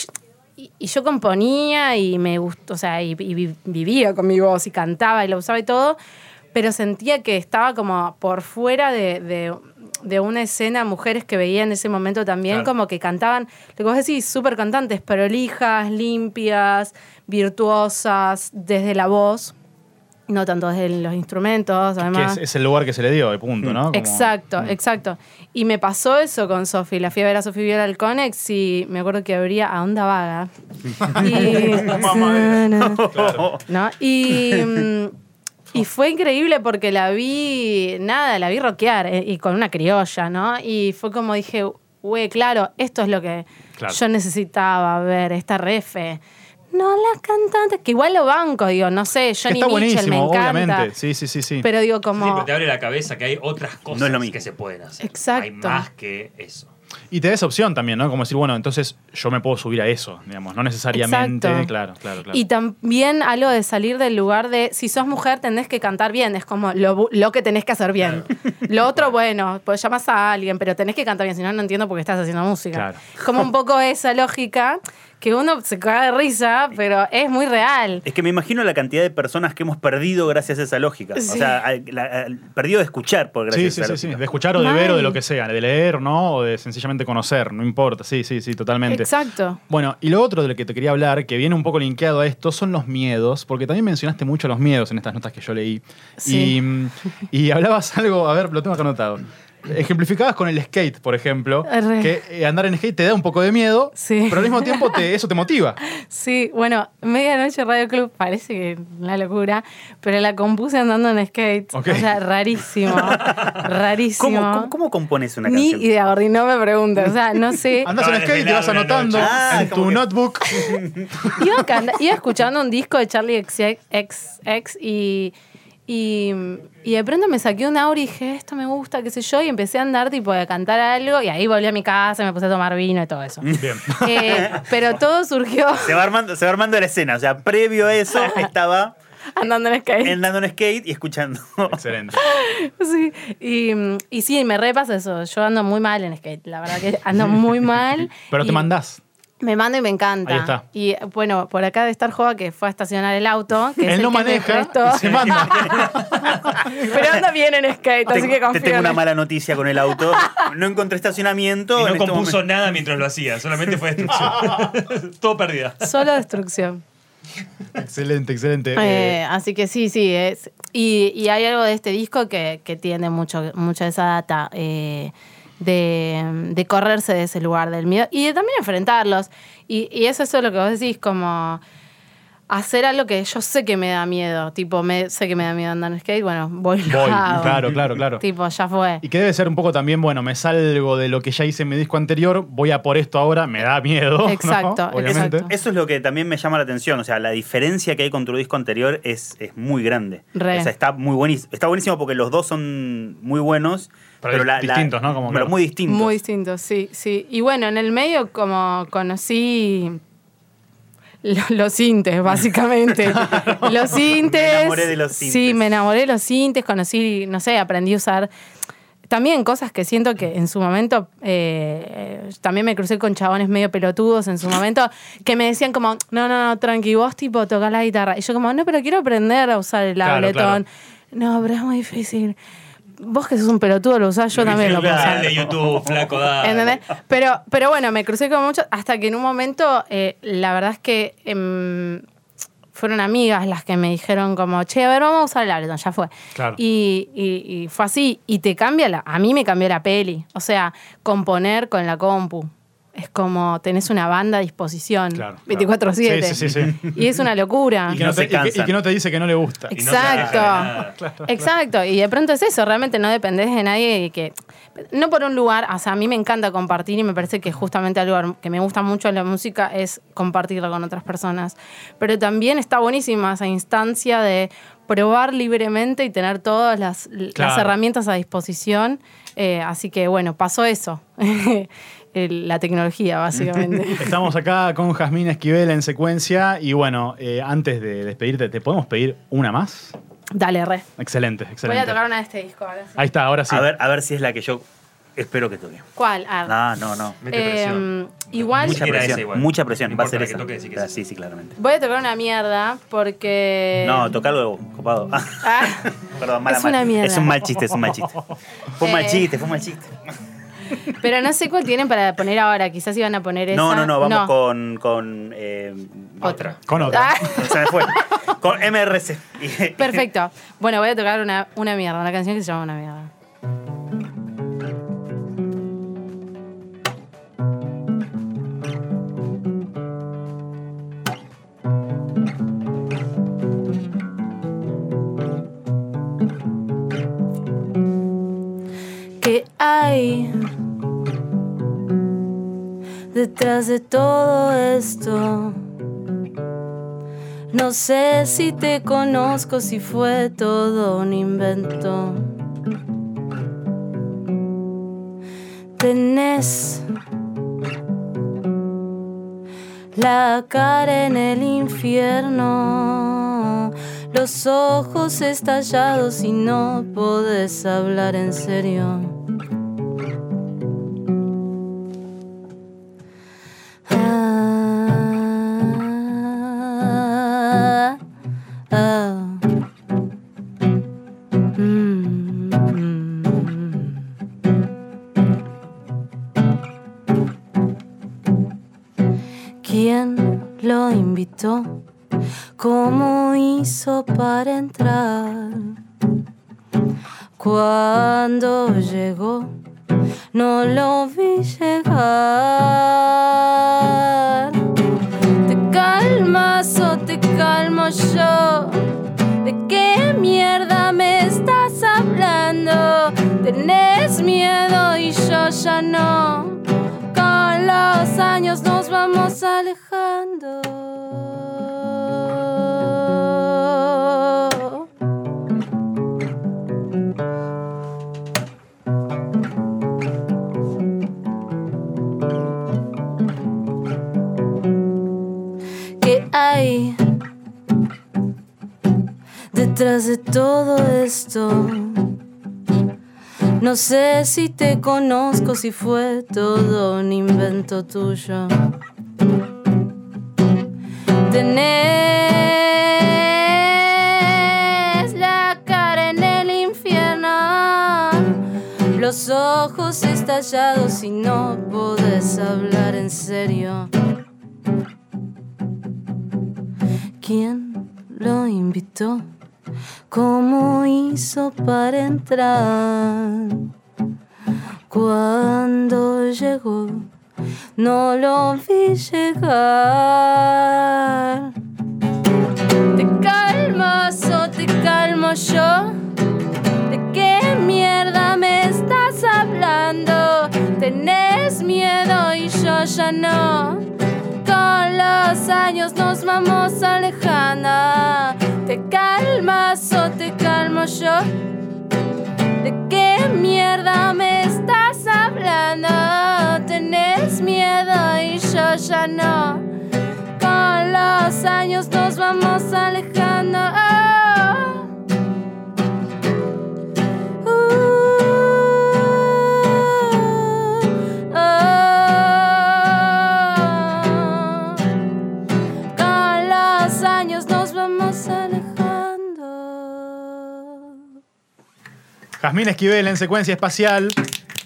[SPEAKER 4] y- y yo componía y me gustó, o sea, y, y vi- vivía con mi voz y cantaba y la usaba y todo, pero sentía que estaba como por fuera de... de- de una escena, mujeres que veía en ese momento también,
[SPEAKER 5] Claro.
[SPEAKER 4] como que cantaban, lo que vos decís, súper cantantes, prolijas, limpias, virtuosas, desde la voz, no tanto desde los instrumentos,
[SPEAKER 2] Que
[SPEAKER 4] además.
[SPEAKER 2] es, es el lugar que se le dio, de punto, ¿no? Como- mm.
[SPEAKER 4] Exacto, exacto. Y me pasó eso con Sofi. La fui a ver a Sofi Viola al Conex y me acuerdo que abría a
[SPEAKER 2] [laughs]
[SPEAKER 4] onda vaga. y, ¿no? y, mm, y fue increíble porque la vi, nada, la vi rockear eh, y con una criolla, ¿no? Y fue como dije, güey, claro, esto es lo que
[SPEAKER 2] Claro.
[SPEAKER 4] yo necesitaba ver, esta refe. No las cantantes, que igual lo banco, digo, no sé,
[SPEAKER 2] Que
[SPEAKER 4] Johnny
[SPEAKER 2] está
[SPEAKER 4] Mitchell me
[SPEAKER 2] buenísimo,
[SPEAKER 4] encanta.
[SPEAKER 2] obviamente. Sí, sí, sí, sí.
[SPEAKER 4] Pero digo, como.
[SPEAKER 5] pero te abre la cabeza que hay otras cosas
[SPEAKER 3] No es lo mismo.
[SPEAKER 5] que se pueden hacer.
[SPEAKER 4] Exacto.
[SPEAKER 5] Hay más que eso.
[SPEAKER 2] Y te da esa opción también, ¿no? Como decir, bueno, entonces yo me puedo subir a eso, digamos, no necesariamente.
[SPEAKER 4] Exacto.
[SPEAKER 2] Claro, claro, claro.
[SPEAKER 4] Y también algo de salir del lugar de si sos mujer tenés que cantar bien, es como lo, bu- lo que tenés que hacer bien. Lo otro, bueno, pues llamas a alguien, pero tenés que cantar bien, si no, no entiendo por qué estás haciendo música.
[SPEAKER 2] Claro.
[SPEAKER 4] Como un poco esa lógica que uno se cae de risa, pero es muy real.
[SPEAKER 3] Es que me imagino la cantidad de personas que hemos perdido gracias a esa lógica. O
[SPEAKER 4] Sí.
[SPEAKER 3] sea, al- la- al- perdido de escuchar por
[SPEAKER 2] Sí,
[SPEAKER 3] gracias
[SPEAKER 2] sí,
[SPEAKER 3] a esa
[SPEAKER 2] sí, sí.
[SPEAKER 3] lógica.
[SPEAKER 2] De escuchar o de ver o de
[SPEAKER 4] Mal.
[SPEAKER 2] lo que sea, de leer, ¿no? O de sencillamente conocer, no importa. Sí, sí, sí, totalmente.
[SPEAKER 4] Exacto.
[SPEAKER 2] Bueno, y lo otro de lo que te quería hablar, que viene un poco linkeado a esto, son los miedos, porque también mencionaste mucho los miedos en estas notas que yo leí.
[SPEAKER 4] Sí.
[SPEAKER 2] Y, mm, Y, hablabas [laughs] algo, a ver, lo tengo acá anotado. Ejemplificabas con el skate, por ejemplo,
[SPEAKER 4] Re.
[SPEAKER 2] que eh, andar en skate te da un poco de miedo,
[SPEAKER 4] Sí.
[SPEAKER 2] pero al mismo tiempo te- eso te
[SPEAKER 4] [laughs]
[SPEAKER 2] motiva.
[SPEAKER 4] Sí, bueno, Medianoche Radio Club parece que una locura, pero la compuse andando en skate.
[SPEAKER 2] Ok.
[SPEAKER 4] O
[SPEAKER 3] [laughs]
[SPEAKER 4] sea, rarísimo. rarísimo.
[SPEAKER 3] ¿Cómo, cómo, cómo compones una
[SPEAKER 4] Ni
[SPEAKER 3] canción?
[SPEAKER 4] idea, Gordi, no me preguntes. O sea, no sé.
[SPEAKER 2] Andás
[SPEAKER 5] Ah,
[SPEAKER 2] en skate y te vas
[SPEAKER 5] desvelado una
[SPEAKER 2] anotando
[SPEAKER 5] noche.
[SPEAKER 3] Ah,
[SPEAKER 2] en tu
[SPEAKER 3] como que-
[SPEAKER 2] notebook.
[SPEAKER 4] Iba, canta- iba escuchando un disco de Charlie XX y, y, y de pronto me saqué un aura y dije, esto me gusta, qué sé yo, y empecé a andar tipo a cantar algo y ahí volví a mi casa, me puse a tomar vino y
[SPEAKER 2] [laughs]
[SPEAKER 4] todo
[SPEAKER 2] [laughs]
[SPEAKER 4] eso.
[SPEAKER 2] Bien.
[SPEAKER 4] Eh, pero todo surgió [laughs]
[SPEAKER 3] Se va, armando, se va armando la escena. O sea, previo a eso estaba
[SPEAKER 4] andando en skate.
[SPEAKER 3] andando en skate
[SPEAKER 2] [laughs]
[SPEAKER 3] y escuchando.
[SPEAKER 2] Excelente.
[SPEAKER 4] Sí, y, mm, y sí, me repasa eso. Yo ando muy mal en skate, la verdad que ando muy mal.
[SPEAKER 2] [laughs] Pero te
[SPEAKER 4] Y-
[SPEAKER 2] mandás.
[SPEAKER 4] Me mando y me encanta.
[SPEAKER 2] Ahí está.
[SPEAKER 4] Y bueno, por acá de estar Joa que fue a estacionar el auto.
[SPEAKER 2] [laughs]
[SPEAKER 4] Que
[SPEAKER 2] Él
[SPEAKER 4] es el
[SPEAKER 2] no
[SPEAKER 4] que me
[SPEAKER 2] maneja,
[SPEAKER 4] prestó.
[SPEAKER 2] [laughs] y se
[SPEAKER 3] [laughs]
[SPEAKER 5] [laughs]
[SPEAKER 2] manda.
[SPEAKER 4] Pero anda bien en skate,
[SPEAKER 2] Ah,
[SPEAKER 4] así que
[SPEAKER 3] te
[SPEAKER 4] confío.
[SPEAKER 3] tengo
[SPEAKER 4] en
[SPEAKER 3] una
[SPEAKER 4] él.
[SPEAKER 3] mala noticia con el auto. No encontré estacionamiento.
[SPEAKER 5] Y
[SPEAKER 3] en
[SPEAKER 5] no
[SPEAKER 3] este
[SPEAKER 5] compuso
[SPEAKER 3] momento.
[SPEAKER 5] nada mientras lo hacía, solamente
[SPEAKER 3] [laughs]
[SPEAKER 5] fue destrucción. Todo pérdida.
[SPEAKER 4] Solo destrucción.
[SPEAKER 2] excelente, excelente.
[SPEAKER 4] Eh,
[SPEAKER 2] Eh,
[SPEAKER 4] así que sí, sí. Es, y, y hay algo de este disco que, que tiene mucho, mucha de esa data eh, de, de correrse de ese lugar del miedo y de también enfrentarlos. Y, y es eso lo que vos decís, como hacer algo que yo sé que me da miedo. Tipo, me, sé que me da miedo andar en skate, bueno, voy. y lo
[SPEAKER 2] voy.
[SPEAKER 4] hago.
[SPEAKER 2] Claro, claro, claro.
[SPEAKER 4] Tipo, ya fue.
[SPEAKER 2] Y que debe ser un poco también, bueno, me salgo de lo que ya hice en mi disco anterior, voy a por esto ahora, me da miedo. [laughs] ¿no?
[SPEAKER 4] Exacto,
[SPEAKER 2] Obviamente.
[SPEAKER 4] exacto.
[SPEAKER 3] Eso es lo que también me llama la atención. O sea, la diferencia que hay con tu disco anterior es, es muy grande.
[SPEAKER 4] Re.
[SPEAKER 3] O sea, está muy buenísimo. Está buenísimo porque los dos son muy buenos.
[SPEAKER 2] Pero
[SPEAKER 3] Pero, la- la-
[SPEAKER 2] distintos, ¿no? Como
[SPEAKER 3] pero
[SPEAKER 2] claro.
[SPEAKER 3] muy distintos.
[SPEAKER 4] Muy distinto, sí, sí. Y bueno, en el medio como conocí lo-
[SPEAKER 3] [laughs]
[SPEAKER 4] los sintes, básicamente. los sintes.
[SPEAKER 3] Me enamoré de los sintes.
[SPEAKER 4] Sí, me enamoré de los sintes, conocí, no sé, aprendí a usar también cosas que siento que en su momento eh, eh, también me crucé con chabones medio pelotudos en su momento que me decían como no no no tranqui vos tipo tocas la guitarra y yo como no pero quiero aprender a usar el
[SPEAKER 2] Claro,
[SPEAKER 4] abletón no pero es muy difícil vos que sos un pelotudo lo usás yo también lo puedo
[SPEAKER 5] Canal
[SPEAKER 4] usar
[SPEAKER 5] de YouTube, flaco, dale.
[SPEAKER 4] ¿Entendés? Pero, pero bueno, me crucé con muchos hasta que en un momento, eh, la verdad es que em, fueron amigas las que me dijeron como, che, a ver, vamos a usar el Ableton, ya fue.
[SPEAKER 2] Claro.
[SPEAKER 4] Y, y- y fue así, y te cambia, la, a mí me cambió la peli, o sea, componer con la compu. Es como tenés una banda a disposición
[SPEAKER 2] Claro, claro.
[SPEAKER 4] 24/7.
[SPEAKER 2] Sí, sí, sí, sí.
[SPEAKER 4] Y es una locura.
[SPEAKER 2] Y, que no
[SPEAKER 3] no
[SPEAKER 2] te,
[SPEAKER 3] se
[SPEAKER 2] y que- y
[SPEAKER 3] cansan.
[SPEAKER 2] que no te dice que no le gusta.
[SPEAKER 5] Y no se deja de
[SPEAKER 4] Exacto.
[SPEAKER 5] nada.
[SPEAKER 4] Exacto, y de pronto es eso, realmente no dependés de nadie y que no por un lugar, o sea, a mí me encanta compartir y me parece que justamente algo que me gusta mucho en la música es compartirlo con otras personas, pero también está buenísima esa instancia de probar libremente y tener todas las, las
[SPEAKER 2] Claro.
[SPEAKER 4] [laughs] herramientas a disposición, Eh, así que bueno, pasó eso.
[SPEAKER 7] el- la tecnología, básicamente.
[SPEAKER 5] [laughs]
[SPEAKER 2] Estamos acá con Jazmín Esquivel en secuencia y bueno, eh, antes de despedirte, ¿te podemos pedir una más?
[SPEAKER 7] Dale, re.
[SPEAKER 2] Excelente, excelente.
[SPEAKER 7] Voy a tocar una de este disco ahora sí.
[SPEAKER 2] Ahí está, ahora sí.
[SPEAKER 3] A, ver, a ver si es la que yo espero que toque.
[SPEAKER 7] ¿Cuál? Ah,
[SPEAKER 3] Ah, no, no.
[SPEAKER 5] Mete
[SPEAKER 7] eh,
[SPEAKER 4] Em,
[SPEAKER 5] presión.
[SPEAKER 7] igual
[SPEAKER 5] Mucha
[SPEAKER 3] Mucha
[SPEAKER 5] Era
[SPEAKER 3] presión.
[SPEAKER 5] esa igual.
[SPEAKER 3] Mucha presión.
[SPEAKER 5] No
[SPEAKER 3] Va a
[SPEAKER 5] importa
[SPEAKER 3] ser
[SPEAKER 5] la que
[SPEAKER 3] esa.
[SPEAKER 5] toque, sí que
[SPEAKER 3] Ah, sí,
[SPEAKER 5] sí.
[SPEAKER 3] sí, claramente.
[SPEAKER 7] voy a tocar una mierda porque...
[SPEAKER 3] No, toca algo copado. [laughs] Ah,
[SPEAKER 7] Ah,
[SPEAKER 3] perdón, mala
[SPEAKER 7] Es una
[SPEAKER 3] mal-
[SPEAKER 7] mierda.
[SPEAKER 3] Es un mal chiste, es un mal chiste. Fue un mal
[SPEAKER 7] Eh.
[SPEAKER 3] chiste, fue un mal chiste.
[SPEAKER 7] pero no sé cuál tienen para poner ahora. Quizás iban a poner esa.
[SPEAKER 3] No, no, no, vamos con. con eh,
[SPEAKER 7] Otra.
[SPEAKER 2] Con otra.
[SPEAKER 7] Ah.
[SPEAKER 3] [laughs] Se me fue. Con [laughs] MRC.
[SPEAKER 7] [laughs] Perfecto. Bueno, voy a tocar una, una mierda, una canción que se llama Una mierda.
[SPEAKER 4] que hay detrás de todo esto. No sé si te conozco, si fue todo un invento. Tenés la cara en el infierno, los ojos estallados y no podés hablar en serio. Ah, ah. Mm. ¿Quién lo invitó? ¿Cómo hizo para entrar? Cuando llegó, no lo vi llegar. ¿Te calmas o te calmo yo? ¿De qué mierda me estás hablando? Tenés miedo y yo ya no. Con los años nos vamos alejando. ¿Qué hay detrás de todo esto? No sé si te conozco, si fue todo un invento tuyo. Tenés la cara en el infierno, los ojos estallados y no podés hablar en serio. ¿Quién lo invitó? ¿Cómo hizo para entrar? Cuando llegó, no lo vi llegar. ¿Te calmas o te calmo yo? ¿De qué mierda me estás hablando? Tenés miedo y yo ya no. Con los años nos vamos alejando. ¿Te calmas o te calmo yo? ¿De qué mierda me estás hablando? Tenés miedo y yo ya no. Con los años nos vamos alejando. Ah. Con los años nos vamos alejando.
[SPEAKER 2] Jazmín Esquivel en secuencia espacial.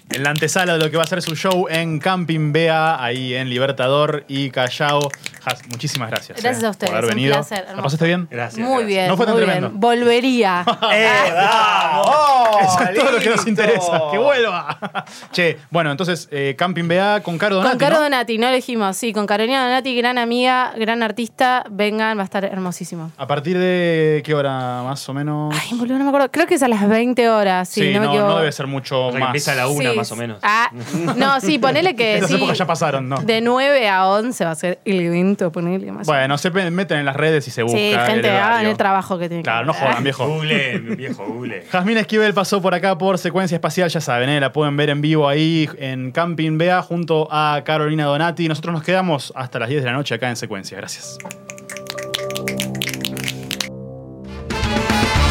[SPEAKER 2] En la antesala de lo que va a ser su show en Camping Bea, ahí en Libertador y Callao. Jaz, muchísimas gracias.
[SPEAKER 7] Gracias
[SPEAKER 2] eh,
[SPEAKER 7] a ustedes,
[SPEAKER 2] Por haber
[SPEAKER 7] un
[SPEAKER 2] venido.
[SPEAKER 7] placer,
[SPEAKER 2] ¿La
[SPEAKER 7] hermoso.
[SPEAKER 2] pasaste bien?
[SPEAKER 5] Gracias.
[SPEAKER 7] Muy
[SPEAKER 5] gracias.
[SPEAKER 7] bien,
[SPEAKER 2] No fue tan
[SPEAKER 7] muy
[SPEAKER 2] tremendo.
[SPEAKER 7] bien. Volvería.
[SPEAKER 3] ¡Eh, vamos!
[SPEAKER 2] [laughs] Eso es todo lo que nos
[SPEAKER 3] listo.
[SPEAKER 2] interesa. ¡Que vuelva! [laughs] che, bueno, entonces, eh, Camping Bea con Caro Donati,
[SPEAKER 7] Con Caro
[SPEAKER 2] ¿no?
[SPEAKER 7] Donati, no elegimos. Sí, con Carolina Donati, gran amiga, gran artista. Vengan, va a estar hermosísimo.
[SPEAKER 2] ¿A partir de qué hora más o menos?
[SPEAKER 7] Ay, boludo, no me acuerdo. Creo que es a las 20 horas. Sí,
[SPEAKER 2] sí,
[SPEAKER 7] no, me
[SPEAKER 2] no,
[SPEAKER 7] equivoco.
[SPEAKER 2] no debe ser mucho
[SPEAKER 5] O sea, que
[SPEAKER 2] más.
[SPEAKER 5] empieza a la una
[SPEAKER 7] Sí,
[SPEAKER 5] más o menos.
[SPEAKER 7] Ah, no, sí, ponele que
[SPEAKER 2] [laughs] Esas
[SPEAKER 7] sí.
[SPEAKER 2] épocas ya pasaron, ¿no?
[SPEAKER 7] De 9 a 11 va a ser el
[SPEAKER 4] producto, ponerle más.
[SPEAKER 2] Bueno, se pe- meten en las redes y se busca.
[SPEAKER 4] sí,
[SPEAKER 2] el
[SPEAKER 4] gente,
[SPEAKER 2] horario.
[SPEAKER 4] hagan el trabajo que tienen que
[SPEAKER 2] Claro, no
[SPEAKER 4] hacer.
[SPEAKER 5] [laughs]
[SPEAKER 2] jodan, viejo.
[SPEAKER 5] Google, viejo, Google.
[SPEAKER 2] Jazmín Esquivel pasó por acá por Secuencia Espacial, ya saben, ¿eh? la pueden ver en vivo ahí en Camping Bea junto a Carolina Donati. Nosotros nos quedamos hasta las 10 de la noche acá en Secuencia. Gracias.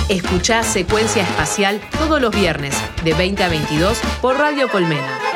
[SPEAKER 1] Escuchá Secuencia Espacial todos los viernes de 20 a 22 por Radio Colmena.